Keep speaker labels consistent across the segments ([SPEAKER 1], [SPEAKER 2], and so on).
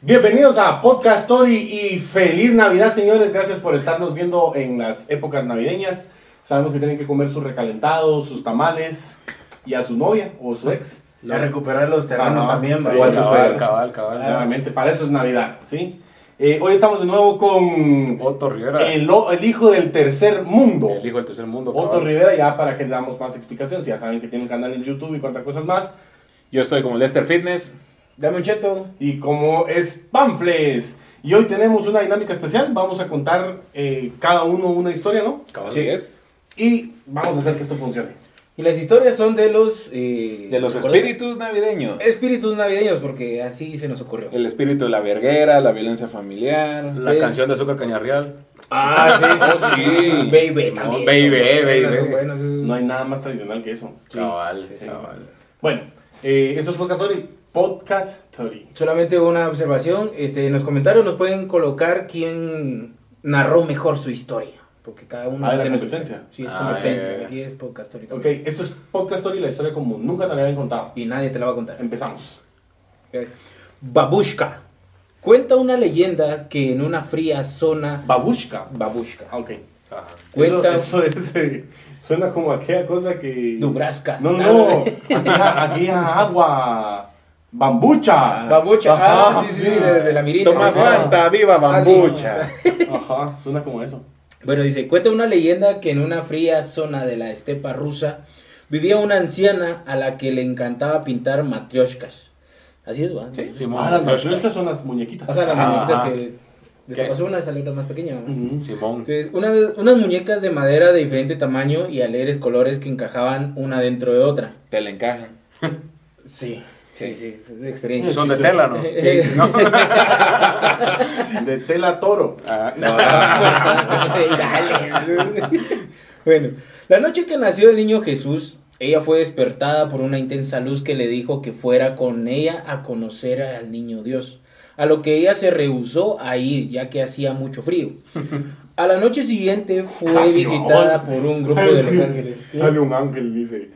[SPEAKER 1] Bienvenidos a Podcast Story y feliz Navidad, señores. Gracias por estarnos viendo en las épocas navideñas. Sabemos que tienen que comer sus recalentados, sus tamales y a su novia o su ex.
[SPEAKER 2] A recuperar los terrenos
[SPEAKER 1] Ah,
[SPEAKER 2] también,
[SPEAKER 1] sí,
[SPEAKER 2] ¿va?
[SPEAKER 1] igual sus-
[SPEAKER 3] Cabal, cabal, cabal.
[SPEAKER 1] Claramente, para eso es Navidad, ¿sí? Eh, hoy estamos de nuevo con
[SPEAKER 3] Otto Rivera.
[SPEAKER 1] el, o- el hijo del tercer mundo.
[SPEAKER 3] El hijo del tercer mundo.
[SPEAKER 1] Otto
[SPEAKER 3] cabal.
[SPEAKER 1] Rivera, ya para que le damos más explicación. Si ya saben que tiene un canal en YouTube y cuantas cosas más.
[SPEAKER 3] Yo estoy como Lester Fitness.
[SPEAKER 2] Dame un cheto.
[SPEAKER 1] y como es Pamfles. Y hoy tenemos una dinámica especial, vamos a contar eh, cada uno una historia, ¿no?
[SPEAKER 3] Cabal,
[SPEAKER 2] Sí.
[SPEAKER 3] ¿qué es?
[SPEAKER 1] Y vamos a hacer que esto funcione.
[SPEAKER 2] Y las historias son de los... eh,
[SPEAKER 3] De los
[SPEAKER 2] ¿recuerdas?
[SPEAKER 3] espíritus navideños.
[SPEAKER 2] Espíritus navideños, porque así se nos ocurrió.
[SPEAKER 3] El espíritu de la verguera, la violencia familiar.
[SPEAKER 4] La
[SPEAKER 2] Sí.
[SPEAKER 4] canción de Azúcar Cañarreal.
[SPEAKER 2] Ah,
[SPEAKER 3] sí, sí, sí.
[SPEAKER 2] Baby
[SPEAKER 3] Simón,
[SPEAKER 2] también.
[SPEAKER 3] baby, baby.
[SPEAKER 2] Son buenos, esos-
[SPEAKER 1] No hay nada más tradicional que eso.
[SPEAKER 3] Cabal,
[SPEAKER 1] Sí.
[SPEAKER 3] cabal.
[SPEAKER 1] Bueno, eh, esto es Podcast Tori. Podcast Tori.
[SPEAKER 2] Solamente una observación. Este, en los comentarios nos pueden colocar quién narró mejor su historia. Porque cada uno
[SPEAKER 1] Ah, ¿era
[SPEAKER 2] tiene su
[SPEAKER 1] competencia?
[SPEAKER 2] historia. Sí, es
[SPEAKER 3] Ah,
[SPEAKER 2] competencia.
[SPEAKER 3] ya, ya.
[SPEAKER 2] Aquí es podcast ahorita.
[SPEAKER 1] Ok, esto es Podcast Tori, la historia como nunca te la habían contado.
[SPEAKER 2] Y nadie te la va a contar.
[SPEAKER 3] Em-
[SPEAKER 1] Empezamos.
[SPEAKER 2] Babushka. Cuenta una leyenda que en una fría zona...
[SPEAKER 1] Babushka.
[SPEAKER 2] Babushka.
[SPEAKER 1] Ah, ok.
[SPEAKER 3] Ajá.
[SPEAKER 2] Cuenta
[SPEAKER 1] Eso, eso es, eh, suena como aquella cosa que...
[SPEAKER 2] Dubraska.
[SPEAKER 1] No, no, no. Aquella, aquella agua. Bambucha.
[SPEAKER 2] Babucha.
[SPEAKER 1] Ajá,
[SPEAKER 2] Ah, sí, sí, de, de la mirita. Ah,
[SPEAKER 3] Toma
[SPEAKER 2] Ajá.
[SPEAKER 3] Fanta, viva bambucha.
[SPEAKER 1] Ajá, suena como eso.
[SPEAKER 2] Bueno, dice, cuenta una leyenda que en una fría zona de la estepa rusa vivía una anciana a la que le encantaba pintar matrioshkas. Así es, ¿verdad?
[SPEAKER 3] Sí, Simón.
[SPEAKER 1] Ah, las
[SPEAKER 3] Matrioshka.
[SPEAKER 1] matrioshkas son las muñequitas.
[SPEAKER 2] O sea, las
[SPEAKER 3] Ajá,
[SPEAKER 2] muñequitas
[SPEAKER 3] ajá.
[SPEAKER 2] que...
[SPEAKER 3] ¿Qué?
[SPEAKER 2] Después una salió la más pequeña. ¿no?
[SPEAKER 1] Ujú.
[SPEAKER 3] Simón.
[SPEAKER 2] Entonces, una- unas muñecas de madera de diferente tamaño y alegres colores que encajaban una dentro de otra.
[SPEAKER 3] Te la encajan.
[SPEAKER 2] Sí, sí, sí, es de experiencia.
[SPEAKER 4] Son de tela, ¿no?
[SPEAKER 2] Sí.
[SPEAKER 4] ¿No?
[SPEAKER 1] De tela toro.
[SPEAKER 3] Ah,
[SPEAKER 2] bueno, la noche que nació el niño Jesús, ella fue despertada por una intensa luz que le dijo que fuera con ella a conocer al niño Dios, a lo que ella se rehusó a ir ya que hacía mucho frío. A la noche siguiente fue
[SPEAKER 1] Casi
[SPEAKER 2] visitada
[SPEAKER 1] vamos.
[SPEAKER 2] por un grupo de Los
[SPEAKER 1] Sí.
[SPEAKER 2] Ángeles.
[SPEAKER 1] Sale un ángel y dice,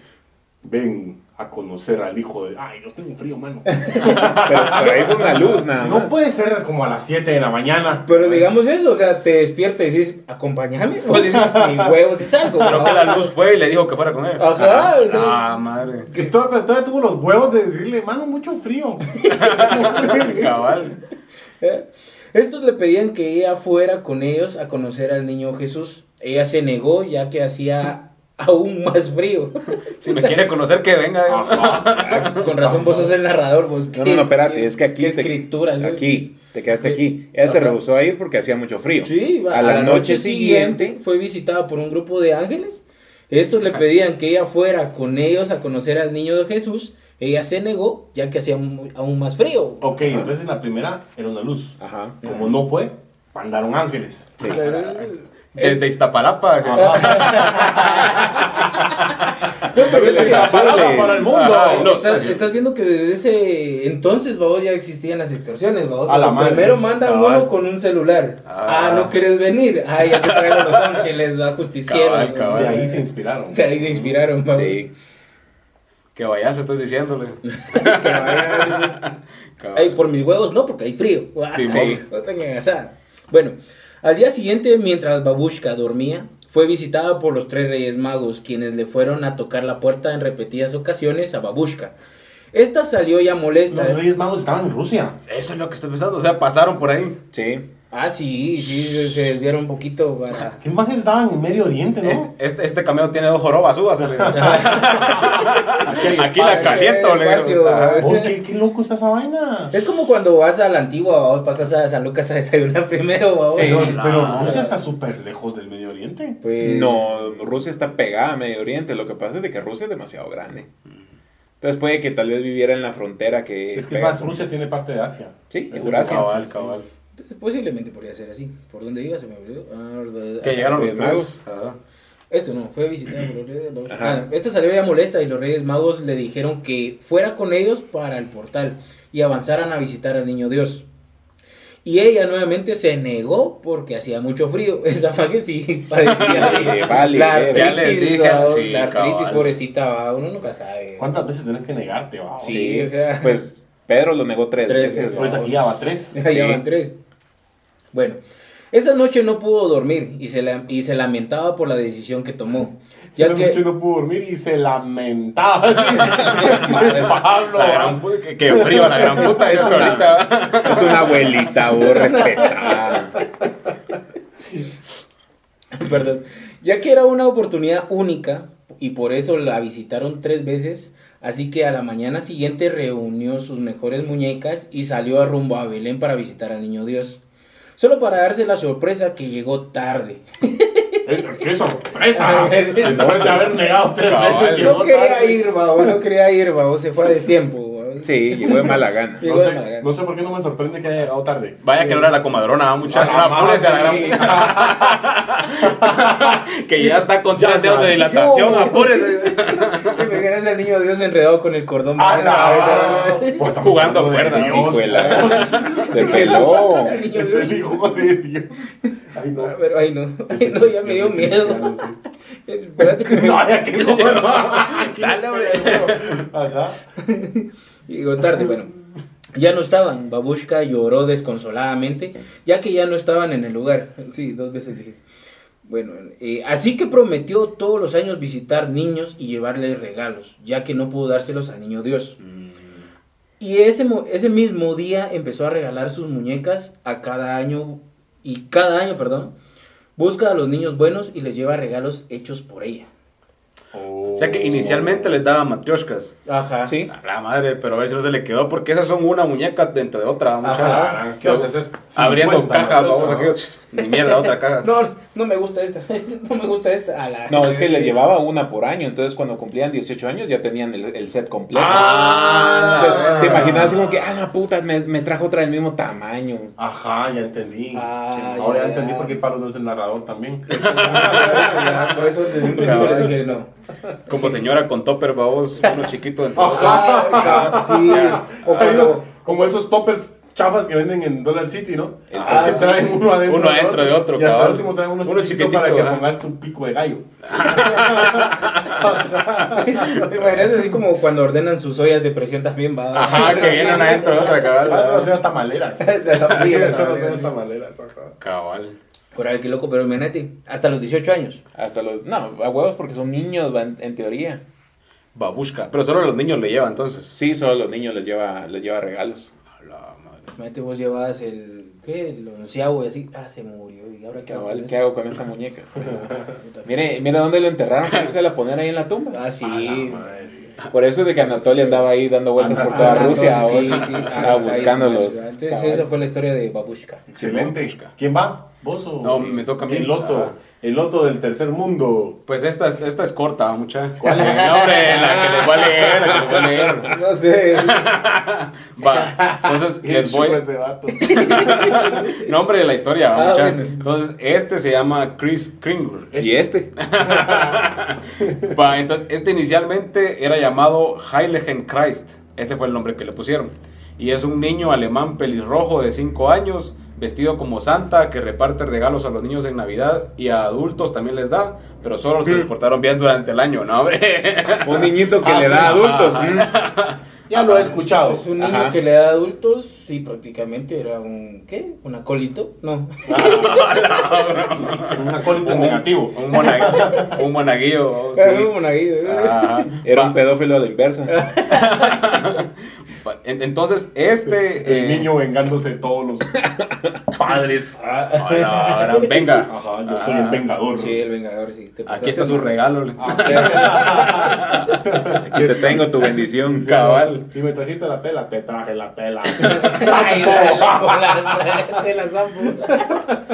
[SPEAKER 1] ven a conocer al hijo de... Ay, yo tengo frío, mano.
[SPEAKER 3] pero, pero ahí fue una luz nada más.
[SPEAKER 1] No puede ser como a las 7 de la mañana.
[SPEAKER 2] Pero digamos eso, o sea, te despiertas y dices, acompáñame, o dices, mi huevo si salgo.
[SPEAKER 4] Pero que la luz fue y le dijo que fuera con él.
[SPEAKER 2] Ajá, o sea.
[SPEAKER 4] Ah, madre.
[SPEAKER 1] Que todavía, pero todavía tuvo los huevos de decirle, mano, mucho frío.
[SPEAKER 4] Cabal.
[SPEAKER 2] ¿Eh? Estos le pedían que ella fuera con ellos a conocer al niño Jesús. Ella se negó ya que hacía aún más frío.
[SPEAKER 4] Si me quiere conocer, que venga. digo.
[SPEAKER 2] Con razón vos sos el narrador, vos.
[SPEAKER 3] No,
[SPEAKER 2] ¿Qué-
[SPEAKER 3] no, no, espérate,
[SPEAKER 2] qué-
[SPEAKER 3] es que aquí.
[SPEAKER 2] qué
[SPEAKER 3] te-
[SPEAKER 2] escritura. ¿sí?
[SPEAKER 3] Aquí, te quedaste aquí. Ella se
[SPEAKER 2] Ajá.
[SPEAKER 3] rehusó a ir porque hacía mucho frío.
[SPEAKER 2] Sí,
[SPEAKER 3] a, la, noche, siguiente. Ah.
[SPEAKER 2] fue visitada por un grupo de ángeles. Estos le pedían que ella fuera con ellos a conocer al niño de Jesús. Ella se negó ya que hacía mu- aún más frío.
[SPEAKER 1] ok, entonces en la primera era una luz.
[SPEAKER 3] Ajá.
[SPEAKER 1] Como no fue, mandaron ángeles.
[SPEAKER 3] Sí.
[SPEAKER 4] Desde Iztapalapa. sí.
[SPEAKER 1] Palabra para el mundo.
[SPEAKER 4] Ajá, y los-
[SPEAKER 2] Estás, estás viendo que desde ese entonces, babos, ya existían las extorsiones, babos.
[SPEAKER 1] A la
[SPEAKER 2] Porque
[SPEAKER 1] madre.
[SPEAKER 2] Primero mandan
[SPEAKER 4] Cabal.
[SPEAKER 2] uno con un celular. Ah,
[SPEAKER 4] Ah.
[SPEAKER 2] no quieres venir. Ah, ya te trajeron los ángeles, va, justicieros.
[SPEAKER 4] Cabal,
[SPEAKER 2] ¿no?
[SPEAKER 4] cabal.
[SPEAKER 1] De ahí se inspiraron.
[SPEAKER 2] De ahí se inspiraron, babos.
[SPEAKER 3] Sí.
[SPEAKER 4] Que vayas, estoy diciéndole.
[SPEAKER 2] Que vayan.
[SPEAKER 4] Cabal.
[SPEAKER 2] Ay, por mis huevos no, porque hay frío. Ah,
[SPEAKER 4] Sí,
[SPEAKER 2] no,
[SPEAKER 4] sí.
[SPEAKER 2] no tengo que gasar. Bueno, al día siguiente, mientras Babushka dormía, fue visitada por los tres reyes magos, quienes le fueron a tocar la puerta en repetidas ocasiones a Babushka. Esta salió ya molesta.
[SPEAKER 1] Los Reyes Magos estaban en Rusia.
[SPEAKER 4] Eso es lo que estoy pensando. O sea, pasaron por ahí.
[SPEAKER 3] Sí.
[SPEAKER 2] Ah, sí, sí, se- se desviaron un poquito. para-
[SPEAKER 1] ¿Qué imágenes estaban en Medio Oriente, no?
[SPEAKER 4] Este, este, este camión tiene dos jorobas, súbasele.
[SPEAKER 1] Aquí hay
[SPEAKER 4] Aquí la
[SPEAKER 1] espacio.
[SPEAKER 4] caliento, le
[SPEAKER 2] Espacio.
[SPEAKER 4] digo. Ajá.
[SPEAKER 1] Vos, qué, qué loco está esa vaina.
[SPEAKER 2] Es como cuando vas a la antigua, babos, pasas a San Lucas a desayunar primero, babos.
[SPEAKER 4] Sí.
[SPEAKER 1] Pero,
[SPEAKER 4] no.
[SPEAKER 1] pero Rusia está súper lejos del Medio Oriente.
[SPEAKER 2] Pues-
[SPEAKER 3] No, Rusia está pegada a Medio Oriente. Lo que pasa es de que Rusia es demasiado grande. Entonces puede que tal vez viviera en la frontera que.
[SPEAKER 1] Es que es
[SPEAKER 3] pega
[SPEAKER 1] más,
[SPEAKER 3] con-
[SPEAKER 1] Rusia tiene parte de Asia.
[SPEAKER 3] Sí,
[SPEAKER 1] Es
[SPEAKER 3] Eurasia.
[SPEAKER 4] Cabal, cabal.
[SPEAKER 2] pues, Posiblemente podría ser así. ¿Por dónde iba? Se me olvidó. Ah, verdad.
[SPEAKER 4] Que llegaron los
[SPEAKER 3] Reyes Magos.
[SPEAKER 4] magos. Ajá.
[SPEAKER 2] Esto no, fue visitada por los Reyes Magos.
[SPEAKER 3] Ajá.
[SPEAKER 2] Ah, esto salió ya molesta y los Reyes Magos le dijeron que fuera con ellos para el portal y avanzaran a visitar al niño Dios. Y ella nuevamente se negó porque hacía mucho frío. Esa fan que sí parecía de-
[SPEAKER 3] Eh, vale,
[SPEAKER 2] la
[SPEAKER 3] verga.
[SPEAKER 4] Ya les
[SPEAKER 2] artritis,
[SPEAKER 4] dije,
[SPEAKER 2] ¿va?
[SPEAKER 4] sí,
[SPEAKER 2] la artritis
[SPEAKER 4] cabal.
[SPEAKER 2] pobrecita, ¿va? uno nunca sabe.
[SPEAKER 1] ¿Cuántas veces tenés que negarte, va?
[SPEAKER 2] Sí, o sea.
[SPEAKER 3] Pues Pedro lo negó tres,
[SPEAKER 2] Tres
[SPEAKER 3] veces.
[SPEAKER 2] veces.
[SPEAKER 3] ¿no?
[SPEAKER 1] Pues aquí ya va tres.
[SPEAKER 2] Ya llevan tres. Bueno, esa noche no pudo dormir y se, la- y se lamentaba por la decisión que tomó. Ya
[SPEAKER 1] Ese
[SPEAKER 2] que,
[SPEAKER 1] muchacho no pudo dormir y se lamentaba. Pablo.
[SPEAKER 4] La gran puta, que, que frío la gran puta eso ahorita.
[SPEAKER 3] Es una abuelita, oh, vos, respetada.
[SPEAKER 2] perdón, ya que era una oportunidad única y por eso la visitaron tres veces, así que a la mañana siguiente reunió sus mejores muñecas y salió a rumbo a Belén para visitar al niño Dios. Solo para darse la sorpresa que llegó tarde.
[SPEAKER 1] Es- ¡Qué sorpresa! Después de haber negado tres
[SPEAKER 4] Cabal.
[SPEAKER 1] veces,
[SPEAKER 2] No
[SPEAKER 1] llegó
[SPEAKER 2] quería
[SPEAKER 1] tarde.
[SPEAKER 2] ir, babo, no quería ir, babo, se fue de tiempo. babo.
[SPEAKER 3] Sí, llegó de mala gana.
[SPEAKER 1] No
[SPEAKER 2] Llegó de
[SPEAKER 1] sé,
[SPEAKER 2] Malaga.
[SPEAKER 1] no sé por qué no me sorprende que haya llegado tarde.
[SPEAKER 4] Vaya que no era la comadrona, ¿ah, muchachos. No, apúrese a la gran puta. Que ya está con
[SPEAKER 1] Ya
[SPEAKER 4] tres dedos de
[SPEAKER 1] nació.
[SPEAKER 4] dilatación, apúrese.
[SPEAKER 2] Te imaginas al niño Dios enredado con el cordón.
[SPEAKER 1] Ah,
[SPEAKER 2] blanco, ¿sabes?
[SPEAKER 1] no. Pues estamos
[SPEAKER 4] Jugando a
[SPEAKER 1] hablando de
[SPEAKER 4] cuerdas,
[SPEAKER 1] Dios.
[SPEAKER 3] hijuela. Se peló.
[SPEAKER 2] Niño
[SPEAKER 1] Es el
[SPEAKER 2] Dios.
[SPEAKER 1] hijo de Dios. Ay, no.
[SPEAKER 2] Ah, Pero ay no, ay no, ya me dio
[SPEAKER 4] Este,
[SPEAKER 1] Yo soy cristiano,
[SPEAKER 2] miedo.
[SPEAKER 1] sí.
[SPEAKER 2] Espérate.
[SPEAKER 1] No, ya que no.
[SPEAKER 4] Dale, hombre.
[SPEAKER 1] Ajá.
[SPEAKER 2] Llegó tarde, bueno. Ya no estaban. Babushka lloró desconsoladamente, ya que ya no estaban en el lugar. Sí, dos veces dije. Bueno, eh, así que prometió todos los años visitar niños y llevarles regalos, ya que no pudo dárselos al niño Dios. Y ese, mo- ese mismo día empezó a regalar sus muñecas a cada año, y cada año, perdón, busca a los niños buenos y les lleva regalos hechos por ella.
[SPEAKER 4] O sea que inicialmente les daba matrioshkas.
[SPEAKER 2] Ajá.
[SPEAKER 3] Sí.
[SPEAKER 4] A la madre, pero a ver si no se le quedó, porque esas son una muñeca dentro de otra, muchacha.
[SPEAKER 1] Caramba, ¿qué? O sea, ese es
[SPEAKER 4] Abriendo
[SPEAKER 1] 50,
[SPEAKER 4] cajas,
[SPEAKER 1] ¿no?
[SPEAKER 4] vamos a que. Ni mierda, otra caja.
[SPEAKER 2] No, no me gusta esta, no me gusta esta. A la-
[SPEAKER 3] No, es que les llevaba una por año, entonces cuando cumplían 18 años ya tenían el, el set completo.
[SPEAKER 1] Ah,
[SPEAKER 4] pues,
[SPEAKER 3] Entonces, te imaginas así como que, ah, la puta, me, me trajo otra del mismo tamaño.
[SPEAKER 1] Ajá, ya entendí.
[SPEAKER 2] Ah,
[SPEAKER 1] Ahora
[SPEAKER 2] ya,
[SPEAKER 1] ya,
[SPEAKER 2] ya.
[SPEAKER 1] entendí por qué Pablo no es el narrador también.
[SPEAKER 2] Ah, Por eso desde un principio les dije no.
[SPEAKER 4] Como señora con topper, vamos, uno chiquito dentro de otro.
[SPEAKER 2] Ah, sí. O
[SPEAKER 1] Hay
[SPEAKER 2] cuando-
[SPEAKER 1] unos- como esos toppers chafas que venden en Dollar City, ¿no?
[SPEAKER 3] El
[SPEAKER 1] Ah,
[SPEAKER 3] toque.
[SPEAKER 1] que traen uno adentro,
[SPEAKER 4] Uno adentro de otro,
[SPEAKER 1] Y hasta el
[SPEAKER 4] cabal.
[SPEAKER 1] último traen uno,
[SPEAKER 4] Uno
[SPEAKER 1] chiquito para que
[SPEAKER 4] chiquitito, ajá.
[SPEAKER 1] pongas tu pico de gallo.
[SPEAKER 2] ¿Te imaginas así como cuando ordenan sus ollas de presión también va?
[SPEAKER 4] Ajá, que viene una dentro de otra,
[SPEAKER 1] Ah, eso no
[SPEAKER 4] cabal.
[SPEAKER 1] sean tamaleras.
[SPEAKER 2] Sí,
[SPEAKER 1] Eso no
[SPEAKER 2] también.
[SPEAKER 1] sean tamaleras. ajá.
[SPEAKER 4] Cabal.
[SPEAKER 2] Ahora, qué loco, pero imagínate, hasta los 18 años.
[SPEAKER 3] Hasta los. No, a huevos porque son niños, van- en teoría.
[SPEAKER 4] Babusca. Pero solo los niños le llevan entonces.
[SPEAKER 3] Sí, solo los niños les lleva, les lleva regalos.
[SPEAKER 4] A la madre.
[SPEAKER 2] Imagínate, vos llevabas el, ¿qué? El onceavo y así, ah, se murió. ¿Y ahora qué hago?
[SPEAKER 3] Cabal, ¿qué hago con esa muñeca? Mire, mira dónde lo enterraron, para irse la poner ahí en la tumba.
[SPEAKER 2] Ah, sí.
[SPEAKER 3] Por eso es de que Anatoly andaba ahí dando vueltas por toda
[SPEAKER 2] Ah,
[SPEAKER 3] Rusia,
[SPEAKER 2] entonces,
[SPEAKER 3] vos.
[SPEAKER 2] sí, sí. Ah, está
[SPEAKER 3] Andaba
[SPEAKER 2] ahí,
[SPEAKER 3] buscándolos.
[SPEAKER 2] Entonces,
[SPEAKER 3] Cabal.
[SPEAKER 2] esa fue la historia de Babushka.
[SPEAKER 1] Excelente. ¿Quién va? ¿Vos o...?
[SPEAKER 4] No, me toca a mí.
[SPEAKER 1] El loto.
[SPEAKER 4] Ah.
[SPEAKER 1] El loto del tercer mundo.
[SPEAKER 4] Pues esta, es- esta es corta, mucha. No, hombre, la que les voy a leer, la que les voy a leer.
[SPEAKER 2] No sé.
[SPEAKER 4] Va, entonces les voy.
[SPEAKER 1] chupa ese vato.
[SPEAKER 4] Nombre de la historia,
[SPEAKER 2] Ah,
[SPEAKER 4] mucha.
[SPEAKER 2] bueno.
[SPEAKER 4] Entonces, este se llama Chris Kringle.
[SPEAKER 3] ¿Y este?
[SPEAKER 4] Va, entonces, este inicialmente era llamado Heiligen Christ. Ese fue el nombre que le pusieron. Y es un niño alemán pelirrojo de 5 años, vestido como santa, que reparte regalos a los niños en Navidad y a adultos también les da, pero solo los que se portaron bien durante el año, ¿no, hombre?
[SPEAKER 3] Un niñito que le da a adultos. mm.
[SPEAKER 1] Ya lo he escuchado.
[SPEAKER 2] Es un niño
[SPEAKER 3] Ajá.
[SPEAKER 2] que le da a adultos, sí, prácticamente era un, ¿qué? ¿Un acólito? No.
[SPEAKER 1] Un acólito en negativo.
[SPEAKER 4] Un, mona- un monaguillo. oh, sí.
[SPEAKER 2] Era un monaguillo, ¿eh?
[SPEAKER 4] Ajá.
[SPEAKER 3] Era un pedófilo a la inversa.
[SPEAKER 4] Va, en- Entonces, este...
[SPEAKER 1] El
[SPEAKER 4] eh,
[SPEAKER 1] niño vengándose de todos los padres.
[SPEAKER 4] a la gran- venga.
[SPEAKER 1] Ajá, yo soy el
[SPEAKER 4] Ah,
[SPEAKER 1] vengador.
[SPEAKER 2] Sí, el Vengador, sí. Te
[SPEAKER 4] Aquí está su regalo. le-
[SPEAKER 1] Ah.
[SPEAKER 3] Aquí te tengo tu bendición.
[SPEAKER 4] Cabal.
[SPEAKER 1] Y me trajiste la tela, te traje la tela.
[SPEAKER 2] Ay, dale, la- Te la zampo.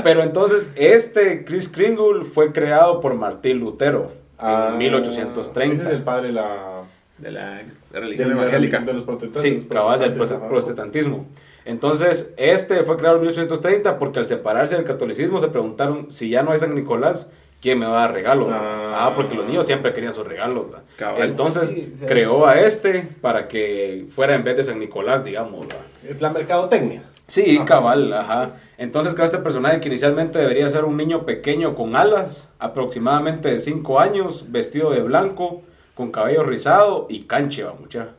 [SPEAKER 4] Pero entonces, este Chris Kringle fue creado por Martín Lutero
[SPEAKER 1] Ah,
[SPEAKER 4] en 1830.
[SPEAKER 1] Ese es el padre de la,
[SPEAKER 3] De la
[SPEAKER 1] de
[SPEAKER 3] religión
[SPEAKER 1] la-
[SPEAKER 3] evangélica.
[SPEAKER 1] de los protestantes.
[SPEAKER 4] Sí, cabal del
[SPEAKER 1] protestantes,
[SPEAKER 4] prote-
[SPEAKER 1] ajá.
[SPEAKER 4] protestantismo. Entonces, este fue creado en 1830 porque al separarse del catolicismo se preguntaron si ya no hay San Nicolás, ¿quién me va a dar regalo?
[SPEAKER 1] Ah.
[SPEAKER 4] Ah, porque los niños siempre querían sus regalos. ¿va?
[SPEAKER 3] Cabal.
[SPEAKER 4] Entonces,
[SPEAKER 2] Sí, sí.
[SPEAKER 4] creó a este para que fuera en vez de San Nicolás, digamos. ¿va?
[SPEAKER 1] Es la mercadotecnia.
[SPEAKER 4] Sí,
[SPEAKER 1] Ajá.
[SPEAKER 4] cabal, ajá. Entonces creó este personaje que inicialmente debería ser un niño pequeño con alas, aproximadamente de 5 años, vestido de blanco, con cabello rizado y cancheva, mucha.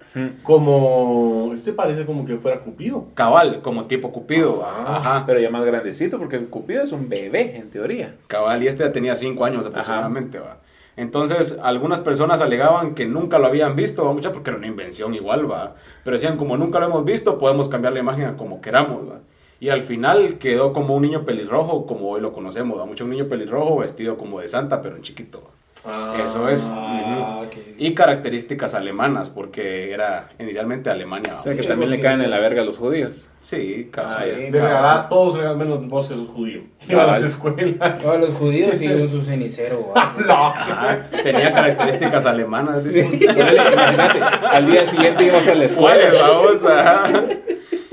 [SPEAKER 1] Como. Este parece como que fuera Cupido.
[SPEAKER 4] Cabal, como tipo Cupido. Ajá.
[SPEAKER 3] Pero ya más grandecito, porque Cupido es un bebé, en teoría.
[SPEAKER 4] Cabal, y este ya tenía 5 años aproximadamente, va. Entonces, algunas personas alegaban que nunca lo habían visto, va, mucha, porque era una invención igual, va. Pero decían, como nunca lo hemos visto, podemos cambiar la imagen a como queramos, va. Y al final quedó como un niño pelirrojo, como hoy lo conocemos, va. Mucho un niño pelirrojo vestido como de santa, pero en chiquito, va. Eso es.
[SPEAKER 1] Ah,
[SPEAKER 4] Ujú.
[SPEAKER 1] ok.
[SPEAKER 4] Y características alemanas, porque era inicialmente Alemania. va,
[SPEAKER 3] O sea que
[SPEAKER 4] mucha.
[SPEAKER 3] también le caen en la verga a los judíos.
[SPEAKER 4] Sí, cabal.
[SPEAKER 2] Sí.
[SPEAKER 1] Le regalaba a todos regalos menos vos que sos judío. Iba a las escuelas.
[SPEAKER 2] Ahora los judíos siguen su cenicero. va.
[SPEAKER 4] Ajá, Ah, tenía características alemanas, dicen.
[SPEAKER 3] Imagínate, al día siguiente íbamos a la
[SPEAKER 4] ¿Cuáles,
[SPEAKER 3] escuela.
[SPEAKER 4] babos? Ajá.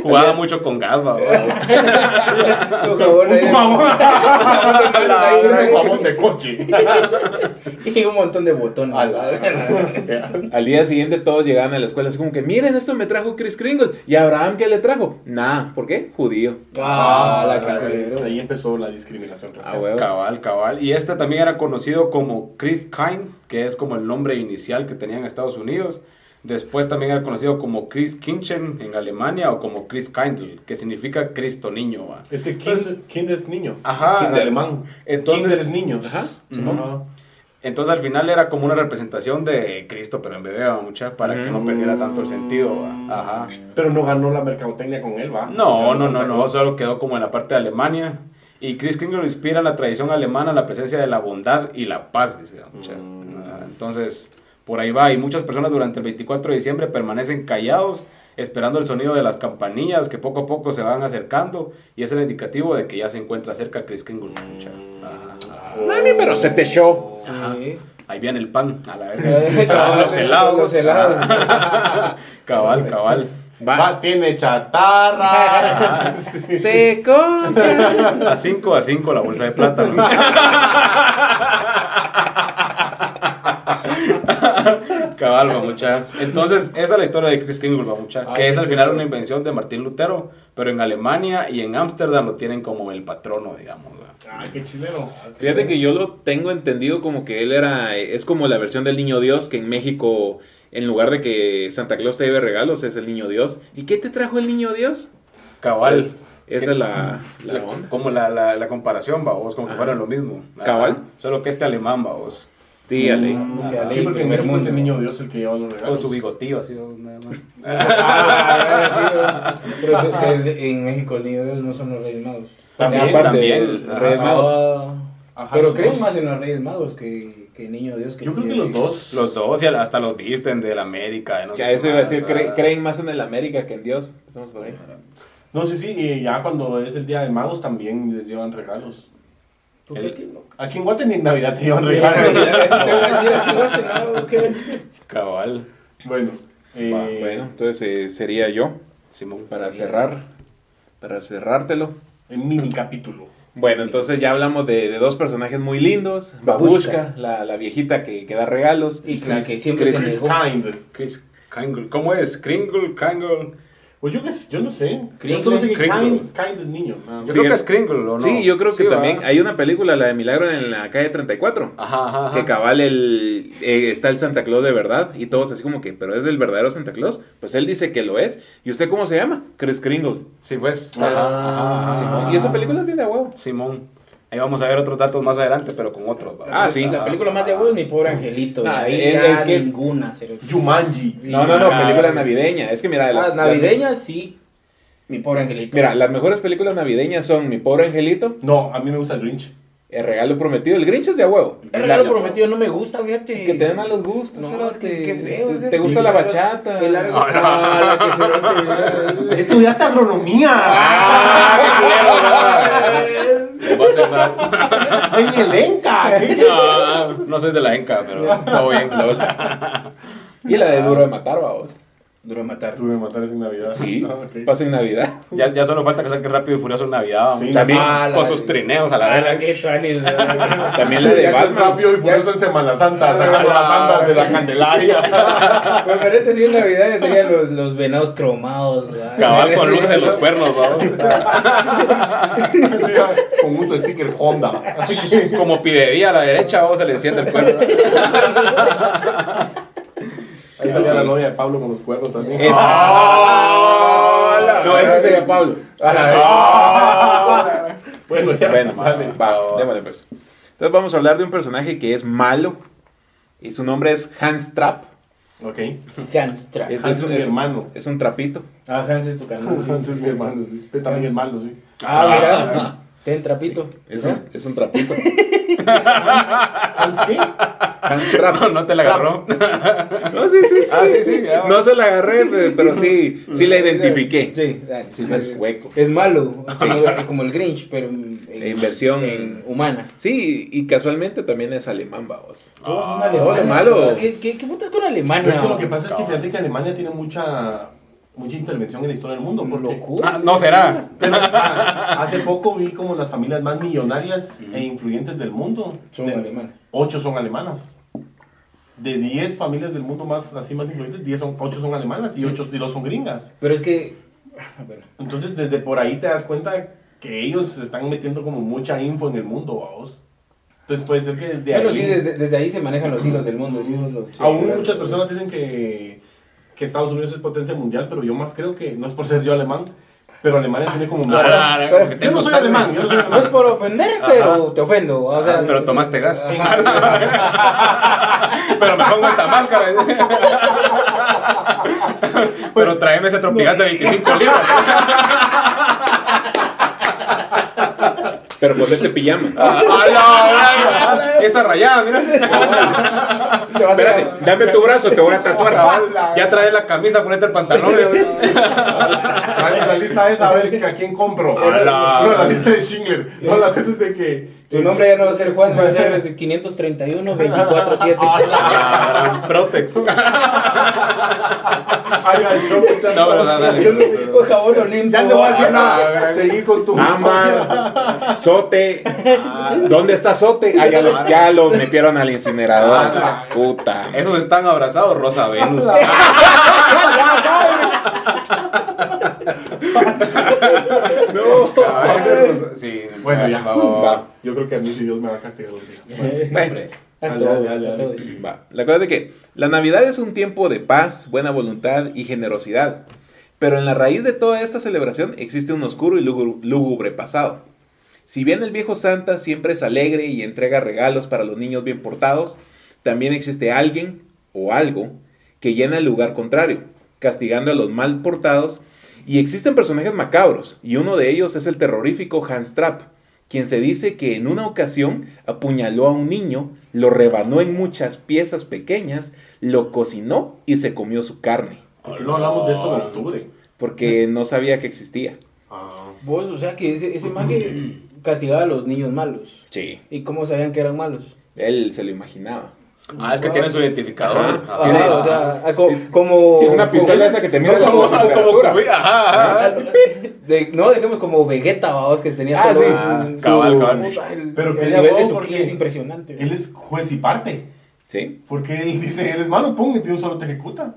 [SPEAKER 4] Jugaba mucho con gas, babos.
[SPEAKER 2] Por favor,
[SPEAKER 1] Un
[SPEAKER 2] eh.
[SPEAKER 1] favor.
[SPEAKER 4] la
[SPEAKER 1] Un jabón de coche.
[SPEAKER 2] Y un montón de botones.
[SPEAKER 1] A la-
[SPEAKER 3] Al día siguiente todos llegaban a la escuela, así como que, miren, esto me trajo Chris Kringle. ¿Y Abraham qué le trajo? Nah, ¿por qué? Judío.
[SPEAKER 2] Ah, la
[SPEAKER 1] ok.
[SPEAKER 2] carrera.
[SPEAKER 1] Ahí empezó la discriminación racial.
[SPEAKER 3] Ah, huevos.
[SPEAKER 4] Cabal, cabal. Y este también era conocido como Chris Kine, que es como el nombre inicial que tenía en Estados Unidos. Después también era conocido como Chris Kinchen en Alemania o como Chris Kindle, que significa Cristo niño. va.
[SPEAKER 1] Es que
[SPEAKER 4] Entonces-
[SPEAKER 1] kind, kind es niño.
[SPEAKER 4] Pues, Ajá.
[SPEAKER 1] Kind alemán.
[SPEAKER 4] Entonces-
[SPEAKER 1] Kinder es niños.
[SPEAKER 3] Ajá.
[SPEAKER 1] Ujú.
[SPEAKER 4] Entonces al final era como una representación de Cristo, pero en bebé, va, mucha, para que no perdiera tanto el sentido. va. Ajá.
[SPEAKER 1] Pero no ganó la mercadotecnia con él, ¿va?
[SPEAKER 4] No,
[SPEAKER 1] Ganó
[SPEAKER 4] no, no,
[SPEAKER 1] Santa
[SPEAKER 4] no,
[SPEAKER 1] Claus.
[SPEAKER 4] solo quedó como en la parte de Alemania. Y Chris Kringle inspira la tradición alemana, la presencia de la bondad y la paz, dice. o sea, ah, Entonces, por ahí va. Y muchas personas durante el 24 de diciembre permanecen callados, esperando el sonido de las campanillas que poco a poco se van acercando. Y es el indicativo de que ya se encuentra cerca Chris Kringle. o sea, ah, ah.
[SPEAKER 3] Mami, pero se te show.
[SPEAKER 4] Ajá.
[SPEAKER 2] Sí.
[SPEAKER 4] Ahí viene el pan, a la verga. los helados.
[SPEAKER 2] Los helados.
[SPEAKER 4] Ah, cabal, cabal.
[SPEAKER 1] Va, tiene chatarra. Sí.
[SPEAKER 3] Se compra.
[SPEAKER 4] A 5 a 5 la bolsa de plátano. Cabal, babucha. Entonces, esa es la historia de Chris Kringle, babucha. Que es al final una invención de Martín Lutero, pero en Alemania y en Ámsterdam lo tienen como el patrono, digamos. ¿verdad?
[SPEAKER 1] Ay, qué chileno.
[SPEAKER 3] Fíjate que yo lo tengo entendido como que él era, es como la versión del niño Dios que en México, en lugar de que Santa Claus te lleve regalos, es el niño Dios. ¿Y qué te trajo el niño Dios?
[SPEAKER 4] Cabal.
[SPEAKER 3] Pues, esa es la, la
[SPEAKER 4] La-
[SPEAKER 3] onda.
[SPEAKER 4] como la, la, la comparación, babos, como que fueran lo mismo. Ajá.
[SPEAKER 3] Cabal.
[SPEAKER 4] Solo que este alemán, babos.
[SPEAKER 3] Sí, Ale.
[SPEAKER 2] Nunca
[SPEAKER 1] Sí,
[SPEAKER 2] leí
[SPEAKER 1] porque en
[SPEAKER 2] primer
[SPEAKER 1] México es
[SPEAKER 2] mundo.
[SPEAKER 1] pues, el niño Dios el que lleva los regalos.
[SPEAKER 4] Con su bigotillo, así, babos, nada más.
[SPEAKER 2] Ah, sí, ¿no? Pero eso- que en México los niños no son los Reyes Magos.
[SPEAKER 1] También,
[SPEAKER 3] Aparte,
[SPEAKER 4] también.
[SPEAKER 3] el Reyes Magos.
[SPEAKER 2] Ah,
[SPEAKER 1] Ajá,
[SPEAKER 2] pero
[SPEAKER 1] los
[SPEAKER 2] creen
[SPEAKER 1] dos.
[SPEAKER 2] más en los Reyes Magos que, que Niño Dios. Que
[SPEAKER 1] Yo creo que
[SPEAKER 2] tiene-
[SPEAKER 1] los dos.
[SPEAKER 4] Los dos, y hasta los visten del América, de no sé
[SPEAKER 3] Ya,
[SPEAKER 4] qué
[SPEAKER 3] eso iba a
[SPEAKER 4] más,
[SPEAKER 3] decir,
[SPEAKER 4] o
[SPEAKER 3] cre-
[SPEAKER 4] sea.
[SPEAKER 3] creen más en el América que en Dios. Empezamos por ahí.
[SPEAKER 1] No, sí, sí, y ya cuando es el día de magos también les llevan regalos.
[SPEAKER 2] ¿Por qué que no?
[SPEAKER 1] Aquí en Guate ni en Navidad te llevan
[SPEAKER 2] Sí, te voy a
[SPEAKER 1] regalos.
[SPEAKER 2] decir aquí, guate, ¿no? ¿Qué?
[SPEAKER 4] Cabal.
[SPEAKER 1] bueno, eh,
[SPEAKER 3] Va, bueno, entonces eh, sería yo
[SPEAKER 4] Simón.
[SPEAKER 3] para cerrar, para cerrártelo.
[SPEAKER 1] en mini capítulo.
[SPEAKER 3] Bueno, entonces ya hablamos de, de dos personajes muy lindos.
[SPEAKER 2] Babushka.
[SPEAKER 3] Babushka, la, la viejita que, que da regalos.
[SPEAKER 2] Y la que siempre se
[SPEAKER 1] Chris
[SPEAKER 2] negó.
[SPEAKER 1] Kind.
[SPEAKER 4] Chris Kringle. ¿Cómo es? Kringle, Kringle.
[SPEAKER 1] Pues yo, qué sé, yo no sé.
[SPEAKER 2] Kringle,
[SPEAKER 1] yo solo sé que
[SPEAKER 4] Kringle.
[SPEAKER 1] kind, kind es niño. nada
[SPEAKER 4] Yo
[SPEAKER 1] más.
[SPEAKER 4] creo que es Kringle, ¿o no?
[SPEAKER 3] Sí, yo creo que
[SPEAKER 4] Sí,
[SPEAKER 3] también
[SPEAKER 4] ¿verdad?
[SPEAKER 3] hay una película, la de Milagro en la calle 34.
[SPEAKER 4] Ajá, ajá, ajá.
[SPEAKER 3] Que cabal el, eh, está el Santa Claus de verdad y todos así como que, pero es del verdadero Santa Claus. Pues él dice que lo es. ¿Y usted cómo se llama? Chris Kringle.
[SPEAKER 4] Sí, pues.
[SPEAKER 1] Ah.
[SPEAKER 4] es- ajá, ajá.
[SPEAKER 3] Simón. Y esa película es bien de huevo.
[SPEAKER 4] Simón. Ahí vamos a ver otros datos más adelante, pero con otros. ¿verdad?
[SPEAKER 3] Ah, sí.
[SPEAKER 2] La película más de vos, mi pobre angelito.
[SPEAKER 3] Ah,
[SPEAKER 2] ahí
[SPEAKER 3] es-
[SPEAKER 2] ya
[SPEAKER 3] es que es-
[SPEAKER 2] ninguna. cero.
[SPEAKER 1] Jumanji.
[SPEAKER 3] No, no, no,
[SPEAKER 2] Ah,
[SPEAKER 3] película navideña. Es que mira, la-
[SPEAKER 2] Las navideñas, Ah, sí. Mi pobre angelito.
[SPEAKER 3] Mira, las mejores películas navideñas son Mi pobre angelito,
[SPEAKER 1] No, a mí me gusta el Grinch.
[SPEAKER 3] El regalo prometido, El Grinch es de a huevo.
[SPEAKER 2] El regalo prometido no me gusta, fíjate.
[SPEAKER 3] Que te den malos gustos,
[SPEAKER 2] No,
[SPEAKER 3] cerote.
[SPEAKER 2] es que- qué feo,
[SPEAKER 3] Te-
[SPEAKER 2] ese-
[SPEAKER 3] Te gusta la
[SPEAKER 2] el largo-
[SPEAKER 3] bachata.
[SPEAKER 2] el largo-
[SPEAKER 4] Ah, no.
[SPEAKER 2] Ah, la que cerote.
[SPEAKER 1] Estudiaste agronomía.
[SPEAKER 2] Ah,
[SPEAKER 4] Ah, Va a ser para-
[SPEAKER 1] en el Enca. ¿qué?
[SPEAKER 4] Ah, no soy de la Enca, pero todo bien.
[SPEAKER 3] Y la de
[SPEAKER 2] Ah.
[SPEAKER 3] Duro de Matar, vamos.
[SPEAKER 2] Duro de matar.
[SPEAKER 1] Tuve que matar en Navidad.
[SPEAKER 3] Sí,
[SPEAKER 1] Ah, ok.
[SPEAKER 3] pasa en Navidad.
[SPEAKER 4] Ya, ya solo falta que saquen rápido y furioso en Navidad.
[SPEAKER 1] Sí,
[SPEAKER 4] mucha-
[SPEAKER 3] También
[SPEAKER 2] Ah, la
[SPEAKER 4] con
[SPEAKER 2] de-
[SPEAKER 4] sus trineos a la
[SPEAKER 2] Ah,
[SPEAKER 4] verga.
[SPEAKER 2] la que traen-
[SPEAKER 3] También la de
[SPEAKER 1] Ya Ah, que es
[SPEAKER 3] Batman.
[SPEAKER 1] rápido y furioso en Semana Santa. Sacan las andas de la Candelaria.
[SPEAKER 2] Bueno, pero este sí en Navidad serían los, los venados cromados, ¿verdad?
[SPEAKER 4] Cabal con luces de los cuernos, vamos.
[SPEAKER 1] Sí, con uso sticker Honda.
[SPEAKER 4] Como pidevía a la derecha, vos se le enciende el cuerno.
[SPEAKER 1] salía
[SPEAKER 3] sí.
[SPEAKER 1] la novia de Pablo con los cuernos también.
[SPEAKER 2] Es-
[SPEAKER 3] ¡Ah! la
[SPEAKER 1] no, ese
[SPEAKER 3] verga.
[SPEAKER 1] sería Pablo.
[SPEAKER 2] A la vez.
[SPEAKER 1] Ah, Bueno, ya.
[SPEAKER 3] Bueno, va, démosle, pues. Entonces vamos a hablar de un personaje que es malo. Y su nombre es Hans Trapp.
[SPEAKER 1] Ok.
[SPEAKER 2] Hans Trapp.
[SPEAKER 1] Es- Hans es mi hermano.
[SPEAKER 3] Es un trapito.
[SPEAKER 2] Ah, Hans es tu canal.
[SPEAKER 1] Entonces mi hermano, sí. Pero también es malo, sí.
[SPEAKER 2] Ah, mira. Ten trapito.
[SPEAKER 3] Es un, es un trapito.
[SPEAKER 1] Hans, ¿qué?
[SPEAKER 3] Hans Trapp.
[SPEAKER 4] No, no te la agarró.
[SPEAKER 3] No, sí, sí, sí.
[SPEAKER 4] Ah, sí, sí, ya va.
[SPEAKER 3] No se la agarré, pero, pero sí, sí la identifiqué.
[SPEAKER 2] Sí, dale.
[SPEAKER 3] Sí, es hueco.
[SPEAKER 2] Es malo, como el Grinch, pero en,
[SPEAKER 3] En versión-
[SPEAKER 2] en humana.
[SPEAKER 3] Sí, y casualmente también es alemán, babos.
[SPEAKER 2] Todo es una
[SPEAKER 3] todo lo
[SPEAKER 2] alemana,
[SPEAKER 3] malo.
[SPEAKER 2] bro. ¿Qué, Ah. qué, qué putas con Alemania?
[SPEAKER 1] Pero es que lo que pasa es que fíjate que Alemania tiene mucha, mucha intervención en la historia del mundo. Porque
[SPEAKER 2] Locura.
[SPEAKER 4] Ah, no será.
[SPEAKER 1] Pero, ah, hace poco vi como las familias más millonarias e influyentes del mundo.
[SPEAKER 2] Son
[SPEAKER 1] De-
[SPEAKER 2] alemanas.
[SPEAKER 1] Ocho son alemanas. De 10 familias del mundo más así más influyentes, 10 son, 8 son alemanas y ocho y dos son gringas.
[SPEAKER 2] Pero es que. ah, Bueno,
[SPEAKER 1] Entonces desde por ahí te das cuenta que ellos se están metiendo como mucha info en el mundo, vamos. Entonces puede ser que desde
[SPEAKER 2] Bueno,
[SPEAKER 1] ahí...
[SPEAKER 2] sí, desde, desde ahí se manejan los hilos del mundo. los hilos, los-
[SPEAKER 1] Aún muchas personas dicen que, que Estados Unidos es potencia mundial, pero yo más creo que, no es por ser yo alemán, pero Alemania tiene como...
[SPEAKER 4] Ah,
[SPEAKER 1] Pero-
[SPEAKER 4] como que
[SPEAKER 1] yo
[SPEAKER 4] tengo
[SPEAKER 1] no soy
[SPEAKER 4] sangre.
[SPEAKER 1] alemán, yo no soy
[SPEAKER 2] No es
[SPEAKER 1] alemán.
[SPEAKER 2] por ofender, pero te ofendo. o sea,
[SPEAKER 4] Ah, pero tomaste gas.
[SPEAKER 2] Ajá.
[SPEAKER 4] Pero me pongo esta máscara. Pero tráeme ese tropigal de 25 libras.
[SPEAKER 3] Pero ponete pijama.
[SPEAKER 4] Ah, a la verga. Esa rayada, mira.
[SPEAKER 2] Te vas a-
[SPEAKER 3] Espérate, dame tu brazo, te voy a
[SPEAKER 4] Ah,
[SPEAKER 3] tatuar.
[SPEAKER 4] Ya trae la camisa, ponete el pantalón.
[SPEAKER 1] Trae la lista es a ver que a quién compro.
[SPEAKER 4] A la-
[SPEAKER 1] No, la lista de Schindler. No, la cosa es de que...
[SPEAKER 2] Tu nombre ya no va a ser Juan, va a ser este 531 247.
[SPEAKER 4] Ah, Protex.
[SPEAKER 1] Ay, ay, no, muchacho.
[SPEAKER 4] No, pero dale,
[SPEAKER 1] Yo
[SPEAKER 4] dale.
[SPEAKER 1] sé-
[SPEAKER 2] Por favor, Olimpo.
[SPEAKER 1] Ya no vas a
[SPEAKER 4] Ah,
[SPEAKER 1] nada.
[SPEAKER 4] gran-
[SPEAKER 1] Seguí con tu...
[SPEAKER 3] Amar, Ah, Sote.
[SPEAKER 4] Ah,
[SPEAKER 3] ¿Dónde está Sote? Ah, ya, lo, ya lo metieron al
[SPEAKER 4] Ah,
[SPEAKER 3] incinerador. Puta.
[SPEAKER 4] Esos están abrazados, Rosa Venus. Ah, esos Rosa- sí,
[SPEAKER 1] Bueno, ya.
[SPEAKER 4] va, va, va.
[SPEAKER 1] Yo creo que a mí sí Dios me va a castigar un día.
[SPEAKER 3] Bueno,
[SPEAKER 2] A
[SPEAKER 1] Dale, dale,
[SPEAKER 2] todos,
[SPEAKER 1] dale,
[SPEAKER 2] a
[SPEAKER 1] dale.
[SPEAKER 2] todos.
[SPEAKER 3] va. La cosa es de que la Navidad es un tiempo de paz, buena voluntad y generosidad. Pero en la raíz de toda esta celebración existe un oscuro y lúgu- lúgubre pasado. Si bien el viejo Santa siempre es alegre y entrega regalos para los niños bien portados, también existe alguien o algo que llena el lugar contrario, castigando a los mal portados. Y existen personajes macabros, y uno de ellos es el terrorífico Hans Trapp, quien se dice que en una ocasión apuñaló a un niño, lo rebanó en muchas piezas pequeñas, lo cocinó y se comió su carne,
[SPEAKER 1] ¿Por qué no hablamos de esto en octubre?
[SPEAKER 3] porque no sabía que existía.
[SPEAKER 1] Ah,
[SPEAKER 2] Vos, o sea, que ese, ese mago castigaba a los niños malos.
[SPEAKER 3] Sí.
[SPEAKER 2] ¿Y cómo sabían que eran malos?
[SPEAKER 3] Él se lo imaginaba.
[SPEAKER 4] Ah, es que tiene su identificador.
[SPEAKER 3] Ajá.
[SPEAKER 4] Tiene-
[SPEAKER 2] Ajá, o sea, ah, co- como.
[SPEAKER 3] Es una pistola esa que te mira
[SPEAKER 2] no,
[SPEAKER 3] la
[SPEAKER 2] como-
[SPEAKER 3] boca.
[SPEAKER 4] como cubi- ajá, ajá.
[SPEAKER 2] de- no, dejemos como Vegeta, vaos, que tenía
[SPEAKER 3] Ah, sí.
[SPEAKER 2] solo un-
[SPEAKER 4] Cabal, cabal.
[SPEAKER 2] Puta, el,
[SPEAKER 1] Pero
[SPEAKER 2] el
[SPEAKER 1] que
[SPEAKER 2] nivel de
[SPEAKER 1] diablos,
[SPEAKER 2] su
[SPEAKER 1] porque
[SPEAKER 2] ki es impresionante.
[SPEAKER 1] Él es juez y parte.
[SPEAKER 3] Sí.
[SPEAKER 1] Porque él dice, eres malo, pum, y de un solo te ejecuta.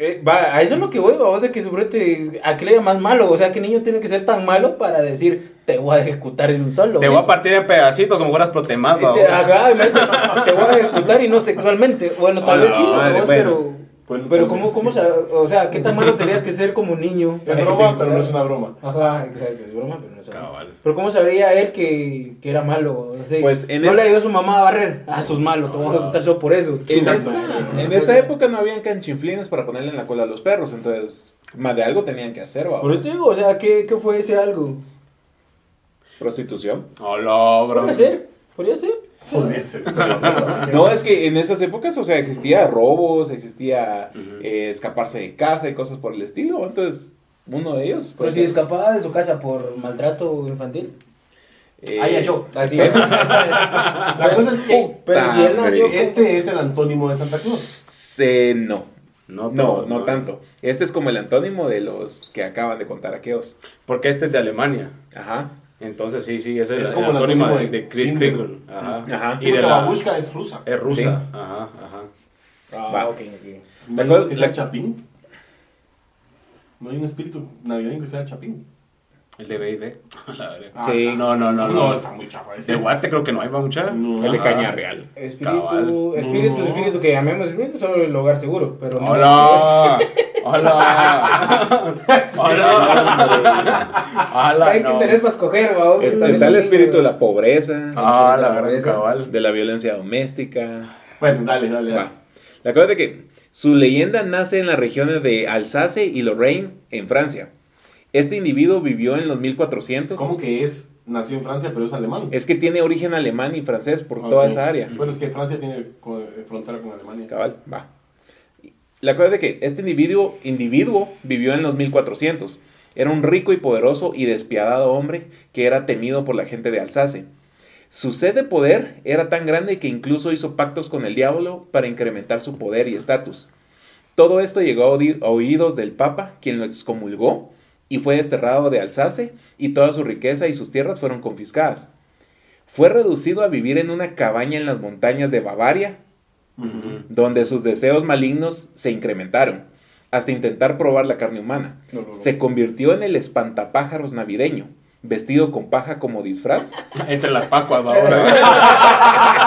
[SPEAKER 2] Eh, va, a eso es lo que voy, vamos, de que su brote, ¿a qué le llamas malo? O sea, ¿qué niño tiene que ser tan malo para decir, te voy a ejecutar de un solo?
[SPEAKER 4] Te voy a partir en pedacitos como fueras protemás,
[SPEAKER 2] Eh, te- ajá, y me dice, te voy a ejecutar y no sexualmente. Bueno, tal
[SPEAKER 3] A
[SPEAKER 2] vez
[SPEAKER 3] la
[SPEAKER 2] sí,
[SPEAKER 3] madre,
[SPEAKER 2] vos,
[SPEAKER 3] bueno.
[SPEAKER 2] pero.
[SPEAKER 1] Bueno,
[SPEAKER 2] pero
[SPEAKER 1] tal
[SPEAKER 2] ¿cómo,
[SPEAKER 1] vez
[SPEAKER 2] cómo
[SPEAKER 1] sí.
[SPEAKER 2] sa- o sea, ¿qué tan malo tenías que ser como niño?
[SPEAKER 1] Es broma, pero no es una broma.
[SPEAKER 2] Ajá, exacto, es broma, pero no es broma.
[SPEAKER 4] Cabal.
[SPEAKER 2] Pero ¿cómo sabría él que, que era malo? O sea,
[SPEAKER 3] Pues, en
[SPEAKER 2] no
[SPEAKER 3] es-
[SPEAKER 2] le ayudó a su mamá a barrer. Ah, sos malo, te voy a ejecutar solo por eso.
[SPEAKER 3] En
[SPEAKER 1] Exacto.
[SPEAKER 3] esa, en esa época no habían canchinflines para ponerle en la cola a los perros, entonces más de algo tenían que hacer, ¿va?
[SPEAKER 2] Por eso te digo, o sea, ¿qué, qué fue ese algo?
[SPEAKER 3] Prostitución.
[SPEAKER 4] Hola, bro.
[SPEAKER 2] Podría ser, podría ser.
[SPEAKER 1] Podría ser.
[SPEAKER 3] No, es que en esas épocas, o sea, existía robos, existía eh, escaparse de casa y cosas por el estilo, entonces uno de ellos.
[SPEAKER 2] Pero
[SPEAKER 3] pues,
[SPEAKER 2] si escapaba de su casa por maltrato infantil.
[SPEAKER 3] eh,
[SPEAKER 1] Ahí Ah, ya yo.
[SPEAKER 2] Así
[SPEAKER 1] La cosa es que
[SPEAKER 2] Pero si él
[SPEAKER 3] Puta,
[SPEAKER 2] nació.
[SPEAKER 1] este es el antónimo de Santa Cruz.
[SPEAKER 3] se- no. No,
[SPEAKER 4] No, todo,
[SPEAKER 3] no tanto. Este es como el antónimo de los que acaban de contar aquellos.
[SPEAKER 4] Porque este es de Alemania.
[SPEAKER 3] Ajá.
[SPEAKER 4] Entonces, sí, sí, ese
[SPEAKER 1] Es
[SPEAKER 4] es,
[SPEAKER 1] como
[SPEAKER 4] como
[SPEAKER 1] el
[SPEAKER 4] el antónimo
[SPEAKER 1] antónimo
[SPEAKER 4] de,
[SPEAKER 1] de
[SPEAKER 4] de Chris
[SPEAKER 1] Kringle.
[SPEAKER 4] Kringle. Ajá.
[SPEAKER 3] Ajá.
[SPEAKER 1] Y
[SPEAKER 4] Y de
[SPEAKER 1] la
[SPEAKER 4] la. Eh,
[SPEAKER 1] babushka es rusa.
[SPEAKER 4] Es rusa.
[SPEAKER 3] Sí.
[SPEAKER 4] Ajá, ajá.
[SPEAKER 2] Ah,
[SPEAKER 3] Va.
[SPEAKER 2] ok, ok.
[SPEAKER 1] ¿No hay
[SPEAKER 3] La
[SPEAKER 1] uno
[SPEAKER 3] cosa-
[SPEAKER 1] que sea
[SPEAKER 3] la-
[SPEAKER 1] Chapín? No hay un espíritu navideño que sea Chapín.
[SPEAKER 4] El de B&B. La verga.
[SPEAKER 1] Ah,
[SPEAKER 3] Sí.
[SPEAKER 1] No, no, no, no.
[SPEAKER 4] no.
[SPEAKER 1] está muy chafa ese.
[SPEAKER 4] De Guate creo que no hay, va mucha.
[SPEAKER 1] No.
[SPEAKER 3] El de
[SPEAKER 1] Ajá.
[SPEAKER 3] Caña Real.
[SPEAKER 2] Espíritu,
[SPEAKER 4] Cabal.
[SPEAKER 2] espíritu,
[SPEAKER 1] No.
[SPEAKER 2] espíritu, que llamemos espíritu, solo el hogar seguro. Pero no-
[SPEAKER 4] Hola. Hola. Hola. Hola.
[SPEAKER 2] Hay
[SPEAKER 4] no.
[SPEAKER 2] que tenés para escoger, va. hombre,
[SPEAKER 3] Está,
[SPEAKER 2] también
[SPEAKER 3] está el
[SPEAKER 2] es-
[SPEAKER 3] espíritu de la pobreza,
[SPEAKER 4] Ah, la gran cabal.
[SPEAKER 3] de la violencia doméstica.
[SPEAKER 1] Pues dale, dale, dale.
[SPEAKER 3] Va. La cosa es de que su leyenda nace en las regiones de Alsace y Lorraine, en Francia. Este individuo vivió en los 1400.
[SPEAKER 1] ¿Cómo que es? Nació en Francia, pero es alemán.
[SPEAKER 3] Es que tiene origen alemán y francés por toda
[SPEAKER 1] Ok.
[SPEAKER 3] esa área.
[SPEAKER 1] Bueno, es que Francia tiene co- eh, frontera con Alemania.
[SPEAKER 3] Cabal, va. La cosa es de que este individuo, individuo vivió en los 1400. Era un rico y poderoso y despiadado hombre que era temido por la gente de Alsace. Su sed de poder era tan grande que incluso hizo pactos con el diablo para incrementar su poder y estatus. Todo esto llegó a odi- a oídos del Papa, quien lo excomulgó y fue desterrado de Alsace y toda su riqueza y sus tierras fueron confiscadas. Fue reducido a vivir en una cabaña en las montañas de Bavaria,
[SPEAKER 1] Ujú.
[SPEAKER 3] donde sus deseos malignos se incrementaron, hasta intentar probar la carne humana.
[SPEAKER 1] No, no, no.
[SPEAKER 3] Se convirtió en el espantapájaros navideño, vestido con paja como disfraz.
[SPEAKER 4] Entre las Pascuas va ahora.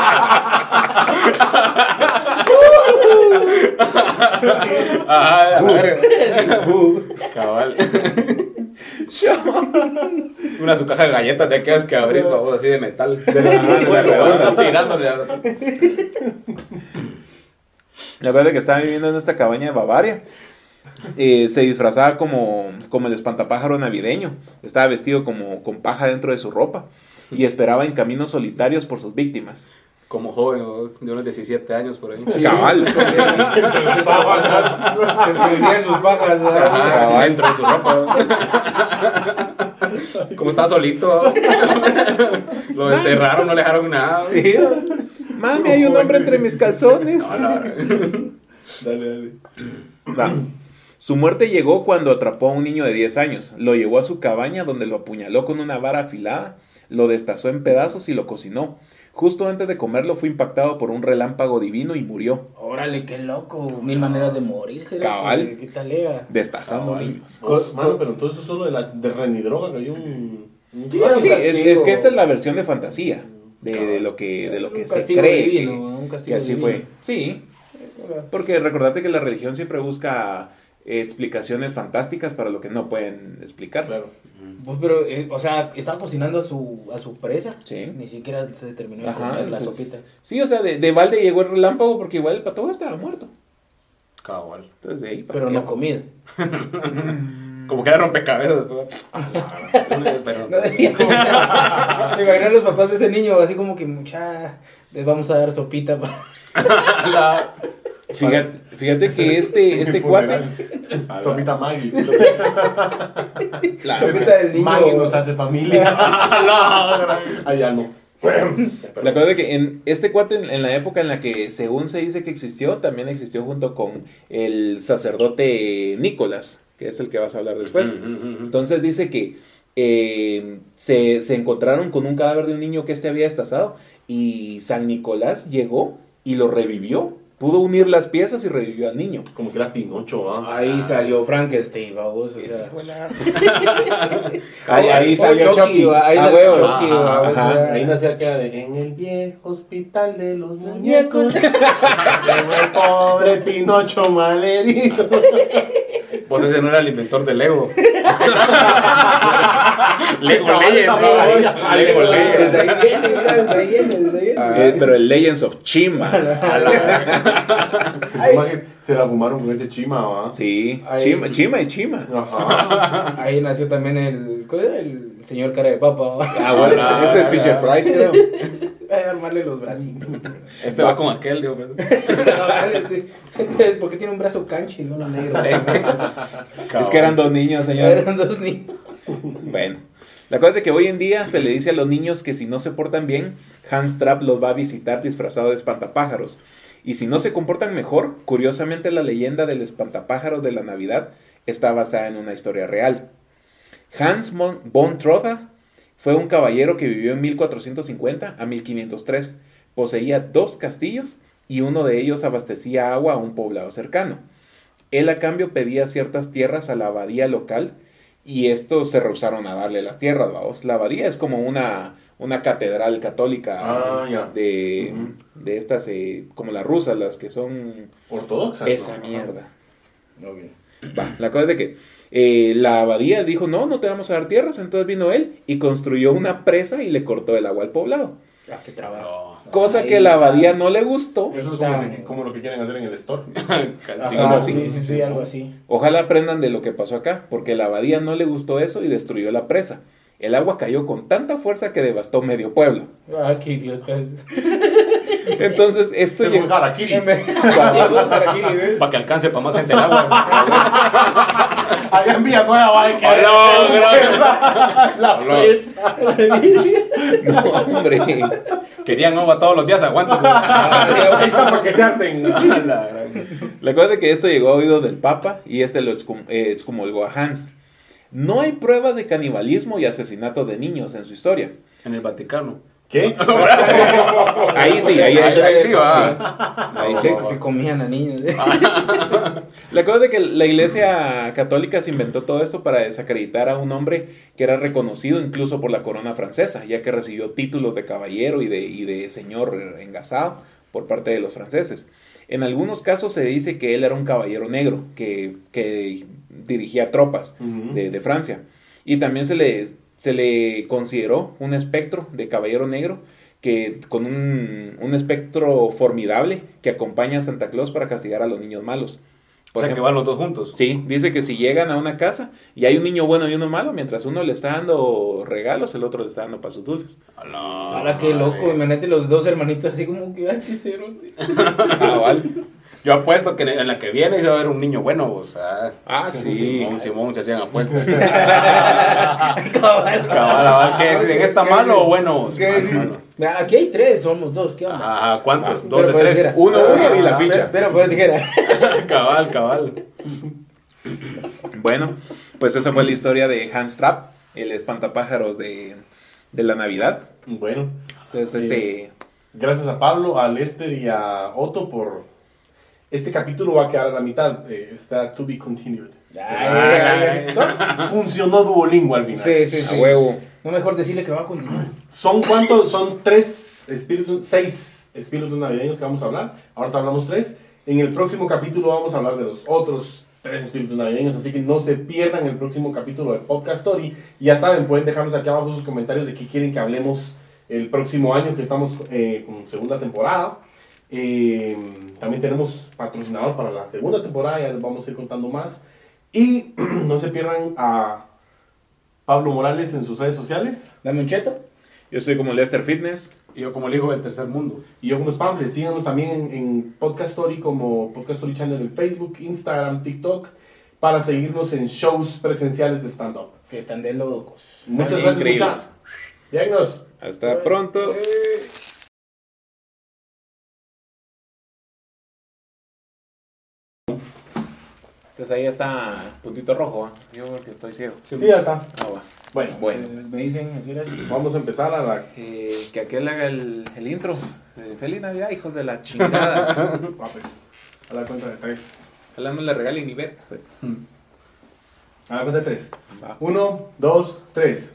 [SPEAKER 4] Ah, la verga.
[SPEAKER 2] Uh,
[SPEAKER 4] Cabal. Una su caja de galletas de aquellas que abrís, vamos, así de metal.
[SPEAKER 1] De las-
[SPEAKER 4] Ah,
[SPEAKER 1] de las
[SPEAKER 4] redondas, tirándole a las-
[SPEAKER 3] La verdad es que estaba viviendo en esta cabaña de Bavaria. Eh, se disfrazaba como, como el espantapájaro navideño. Estaba vestido como con paja dentro de su ropa. Y esperaba en caminos solitarios por sus víctimas.
[SPEAKER 4] Como joven, vos, de unos 17 años por ahí.
[SPEAKER 3] Cabal.
[SPEAKER 1] Entre las sábanas.
[SPEAKER 2] se escondían sus pajas. ¿verdad?
[SPEAKER 4] Ajá,
[SPEAKER 3] Cabal.
[SPEAKER 4] dentro de su ropa. Como estaba solito, lo desterraron, no le dejaron nada.
[SPEAKER 2] Sí.
[SPEAKER 3] Mami, hay un hombre entre mis calzones.
[SPEAKER 4] No, la verdad.
[SPEAKER 1] Dale, dale.
[SPEAKER 3] Va. Su muerte llegó cuando atrapó a un niño de 10 años. Lo llevó a su cabaña donde lo apuñaló con una vara afilada, lo destazó en pedazos y lo cocinó. Justo antes de comerlo fue impactado por un relámpago divino y murió,
[SPEAKER 2] Órale, qué loco. Mil maneras de morirse. loco.
[SPEAKER 3] Cabal.
[SPEAKER 2] ¿Qué tal era?
[SPEAKER 3] destazando
[SPEAKER 1] Cabal.
[SPEAKER 3] niños.
[SPEAKER 1] Pues, mano, pero entonces eso solo de la de renidroga que hay un. un-
[SPEAKER 2] Sí, era un
[SPEAKER 3] Sí, es, es que esta es la
[SPEAKER 2] castigo.
[SPEAKER 3] versión de fantasía, de, de lo que, de lo que
[SPEAKER 2] Un
[SPEAKER 3] se
[SPEAKER 2] castigo
[SPEAKER 3] cree
[SPEAKER 2] divino,
[SPEAKER 3] que-
[SPEAKER 2] un
[SPEAKER 3] que,
[SPEAKER 2] castigo
[SPEAKER 3] así
[SPEAKER 2] divino.
[SPEAKER 3] fue. Sí, porque recordate que la religión siempre busca eh, explicaciones fantásticas para lo que no pueden explicar.
[SPEAKER 1] Claro.
[SPEAKER 4] Mm,
[SPEAKER 2] Pues, pero, eh, o sea, estaba cocinando a su, a su presa.
[SPEAKER 3] Sí.
[SPEAKER 2] Ni siquiera se terminó de
[SPEAKER 3] Ajá,
[SPEAKER 2] comer la
[SPEAKER 3] entonces-
[SPEAKER 2] sopita.
[SPEAKER 3] Sí, o sea, de, de balde llegó el relámpago porque igual el pato estaba muerto.
[SPEAKER 4] Cabal.
[SPEAKER 3] Entonces de ahí para
[SPEAKER 2] Pero
[SPEAKER 3] qué.
[SPEAKER 2] no comida.
[SPEAKER 4] Como que era rompecabezas. pues. ¿verdad? Pero-
[SPEAKER 2] No, y como- Me imagino a los papás de ese niño así como que mucha... Les vamos a dar sopita para...
[SPEAKER 4] La-
[SPEAKER 3] Fíjate, fíjate que este, este cuate.
[SPEAKER 1] Funeral. Sopita Maggie.
[SPEAKER 3] La,
[SPEAKER 2] Sopita del niño.
[SPEAKER 1] Maggie nos hace familia.
[SPEAKER 4] la-
[SPEAKER 1] Allá no.
[SPEAKER 3] la cosa es que en este cuate, en, en la época en la que según se dice que existió, también existió junto con el sacerdote Nicolás, que es el que vas a hablar después.
[SPEAKER 4] Mm,
[SPEAKER 3] Entonces dice que eh, se, se encontraron con un cadáver de un niño que este había destazado y San Nicolás llegó y lo revivió. Pudo unir las piezas y revivió al niño.
[SPEAKER 1] Como que era Pinocho, ¿ah?
[SPEAKER 2] Ahí salió Frankenstein, babos, o sea...
[SPEAKER 3] Ahí, ahí
[SPEAKER 2] Oh,
[SPEAKER 3] salió
[SPEAKER 2] Chucky,
[SPEAKER 3] Chucky,
[SPEAKER 2] va, ahí
[SPEAKER 3] a
[SPEAKER 2] salió
[SPEAKER 3] huevo.
[SPEAKER 2] Chucky, va, o
[SPEAKER 3] Ajá,
[SPEAKER 2] sea,
[SPEAKER 1] Ah, pues, Ahí nació acá de en el viejo hospital de los muñecos. Llegó el pobre Pinocho malherido.
[SPEAKER 4] Vos pues ese no era el inventor de Lego. Lego
[SPEAKER 1] Cabal,
[SPEAKER 4] Legends.
[SPEAKER 1] cabal.
[SPEAKER 4] ¿no? Lego
[SPEAKER 2] Desde
[SPEAKER 4] Legends.
[SPEAKER 2] ahí viene, mira, desde ahí viene, desde ahí viene.
[SPEAKER 3] Eh, pero el Legends of Chima.
[SPEAKER 4] A la-
[SPEAKER 1] Esos majes se la fumaron con ese chima, ¿va?
[SPEAKER 3] Sí,
[SPEAKER 2] Ay.
[SPEAKER 3] Chima, Chima y Chima.
[SPEAKER 1] Ajá.
[SPEAKER 2] Ahí nació también el... ¿cómo era? El señor cara de papa, va.
[SPEAKER 3] Ah, bueno,
[SPEAKER 4] Ah,
[SPEAKER 3] ese es
[SPEAKER 4] ah,
[SPEAKER 3] Fisher
[SPEAKER 4] ah.
[SPEAKER 3] Price, creo.
[SPEAKER 2] Hay que armarle los bracitos.
[SPEAKER 4] Este va con aquel, digo. pero-
[SPEAKER 2] ¿Por qué este, tiene un brazo canche y uno negro?
[SPEAKER 3] Es que eran dos niños, señor.
[SPEAKER 2] Eran dos niños.
[SPEAKER 3] Bueno, la cosa es que hoy en día se le dice a los niños que si no se portan bien, Hans Trapp los va a visitar disfrazado de espantapájaros. Y si no se comportan mejor, curiosamente la leyenda del espantapájaro de la Navidad está basada en una historia real. Hans Mon- von Trotha fue un caballero que vivió en 1450 a 1503. Poseía dos castillos y uno de ellos abastecía agua a un poblado cercano. Él a cambio pedía ciertas tierras a la abadía local y estos se rehusaron a darle las tierras, vamos. La abadía es como una, una catedral católica
[SPEAKER 1] Ah, ya.
[SPEAKER 3] de,
[SPEAKER 1] Ujú.
[SPEAKER 3] de estas, eh, como las rusas, las que son
[SPEAKER 1] Ortodoxas.
[SPEAKER 3] esa
[SPEAKER 1] ¿no?
[SPEAKER 3] mierda.
[SPEAKER 1] Ajá. Ok.
[SPEAKER 3] Va, la cosa es de que eh, la abadía dijo, no, no te vamos a dar tierras, entonces vino él y construyó una presa y le cortó el agua al poblado.
[SPEAKER 2] Ah, qué trabajo.
[SPEAKER 3] Cosa
[SPEAKER 2] Ahí
[SPEAKER 3] que la
[SPEAKER 2] está.
[SPEAKER 3] abadía no le gustó.
[SPEAKER 1] Eso es como,
[SPEAKER 2] Está.
[SPEAKER 1] lo que- como lo que quieren hacer en el store.
[SPEAKER 4] Casi.
[SPEAKER 2] Ajá,
[SPEAKER 3] algo así.
[SPEAKER 2] sí, sí, sí, algo así.
[SPEAKER 3] Ojalá aprendan de lo que pasó acá, porque la abadía no le gustó eso y destruyó la presa. El agua cayó con tanta fuerza que devastó medio pueblo.
[SPEAKER 2] Ah, qué idiotas.
[SPEAKER 3] Entonces esto
[SPEAKER 1] Tengo un
[SPEAKER 3] llegó...
[SPEAKER 1] harakiri.
[SPEAKER 3] pues,
[SPEAKER 4] Para que alcance para más gente el agua.
[SPEAKER 1] Allá en Villanueva va a caer.
[SPEAKER 4] Aló, gracias.
[SPEAKER 1] La
[SPEAKER 4] Aló.
[SPEAKER 1] presa.
[SPEAKER 3] No, hombre.
[SPEAKER 4] Querían agua todos los días, aguántese.
[SPEAKER 1] Ahí está para que se arden.
[SPEAKER 3] La cosa es que esto llegó a oídos del Papa y este lo excom- eh, excomulgó a Hans. No hay prueba de canibalismo y asesinato de niños en su historia.
[SPEAKER 4] En el Vaticano.
[SPEAKER 1] ¿Qué?
[SPEAKER 3] Ahí sí, ahí,
[SPEAKER 4] Ahí,
[SPEAKER 3] ahí-
[SPEAKER 4] ahí sí va.
[SPEAKER 3] ahí sí.
[SPEAKER 2] Se comían a niños. ¿eh?
[SPEAKER 3] Ah. La cosa de que la iglesia católica se inventó todo esto para desacreditar a un hombre que era reconocido incluso por la corona francesa, ya que recibió títulos de caballero y de, y de señor engasado por parte de los franceses. En algunos casos se dice que él era un caballero negro que, que dirigía tropas
[SPEAKER 1] Ujú.
[SPEAKER 3] de, de Francia. Y también se le, se le consideró un espectro de caballero negro que con un, un espectro formidable que acompaña a Santa Claus para castigar a los niños malos.
[SPEAKER 4] O
[SPEAKER 3] Por
[SPEAKER 4] sea que
[SPEAKER 3] ejemplo,
[SPEAKER 4] van los dos juntos.
[SPEAKER 3] Sí, dice que si llegan a una casa y hay un niño bueno y uno malo, mientras uno le está dando regalos, el otro le está dando pasos dulces.
[SPEAKER 4] Alá.
[SPEAKER 2] Ahora qué loco, imagínate los dos hermanitos así como que ay, qué cerote.
[SPEAKER 3] Ah, vale.
[SPEAKER 4] Yo apuesto que en la que viene se va a ver un niño bueno, o sea.
[SPEAKER 3] Ah, sí.
[SPEAKER 4] Simón, Simón, se hacían apuestas.
[SPEAKER 3] Ah.
[SPEAKER 2] Cabal.
[SPEAKER 4] Cabal, cabal, ¿qué deciden? ¿Está
[SPEAKER 2] ¿Qué
[SPEAKER 4] malo
[SPEAKER 2] deciden?
[SPEAKER 4] o bueno?
[SPEAKER 2] ¿Qué
[SPEAKER 4] Ah,
[SPEAKER 2] deciden?
[SPEAKER 4] malo.
[SPEAKER 2] Mira, Aquí hay tres, somos dos, ¿qué onda?
[SPEAKER 4] Ajá, ¿cuántos?
[SPEAKER 2] Ah,
[SPEAKER 4] Dos
[SPEAKER 2] pero
[SPEAKER 4] de
[SPEAKER 2] por
[SPEAKER 4] tres.
[SPEAKER 2] tijera.
[SPEAKER 3] uno, uno y la
[SPEAKER 2] Ah,
[SPEAKER 3] ficha.
[SPEAKER 2] Pero por tijera.
[SPEAKER 4] Cabal, cabal.
[SPEAKER 3] Bueno, pues esa fue la historia de Hans Trapp, el espantapájaros de, de la Navidad.
[SPEAKER 1] Bueno,
[SPEAKER 3] Entonces,
[SPEAKER 1] Sí.
[SPEAKER 3] este,
[SPEAKER 1] gracias a Pablo, a Lester y a Otto por. Este capítulo va a quedar a la mitad. eh, está to be continued.
[SPEAKER 3] Ah,
[SPEAKER 2] Ay, ay, ay.
[SPEAKER 1] Funcionó Duolingo al final.
[SPEAKER 2] Sí, sí, sí.
[SPEAKER 3] a huevo.
[SPEAKER 2] No mejor decirle que va a continuar.
[SPEAKER 1] ¿Son cuántos? Son tres espíritus, seis espíritus navideños que vamos a hablar. Ahorita hablamos tres. En el próximo capítulo vamos a hablar de los otros tres espíritus navideños. Así que no se pierdan el próximo capítulo de Podcast Story. Y Ya saben, pueden dejarnos aquí abajo sus comentarios de qué quieren que hablemos el próximo año, que estamos eh, con segunda temporada. Eh, también tenemos patrocinador para la segunda temporada, ya les vamos a ir contando más. Y no se pierdan a Pablo Morales en sus redes sociales.
[SPEAKER 2] Dame un cheto.
[SPEAKER 3] Yo soy como Lester Fitness.
[SPEAKER 4] Y yo como el hijo del tercer mundo.
[SPEAKER 1] Y yo como Spamfles, pues, síganos también en, en Podcast Story como Podcast Story Channel en Facebook, Instagram, TikTok, para seguirnos en shows presenciales de stand-up.
[SPEAKER 2] Que están de locos.
[SPEAKER 1] Muchas
[SPEAKER 3] bien
[SPEAKER 1] gracias,
[SPEAKER 3] increíbles.
[SPEAKER 1] muchachos. Lléguenos.
[SPEAKER 3] Hasta pronto. Entonces ahí está puntito rojo. ¿ah? Yo porque estoy ciego.
[SPEAKER 1] Sí, ya está.
[SPEAKER 3] Ah, va.
[SPEAKER 1] Bueno,
[SPEAKER 3] Bueno.
[SPEAKER 2] Me dicen, ¿a qué hora?
[SPEAKER 1] vamos a empezar a la...
[SPEAKER 3] Eh, que aquel haga el, el intro. Eh, Feliz Navidad, hijos de la chingada.
[SPEAKER 1] A la cuenta de tres.
[SPEAKER 3] Ojalá no le regalen ni ver.
[SPEAKER 1] A la cuenta de tres.
[SPEAKER 3] Va.
[SPEAKER 1] Uno, dos, tres.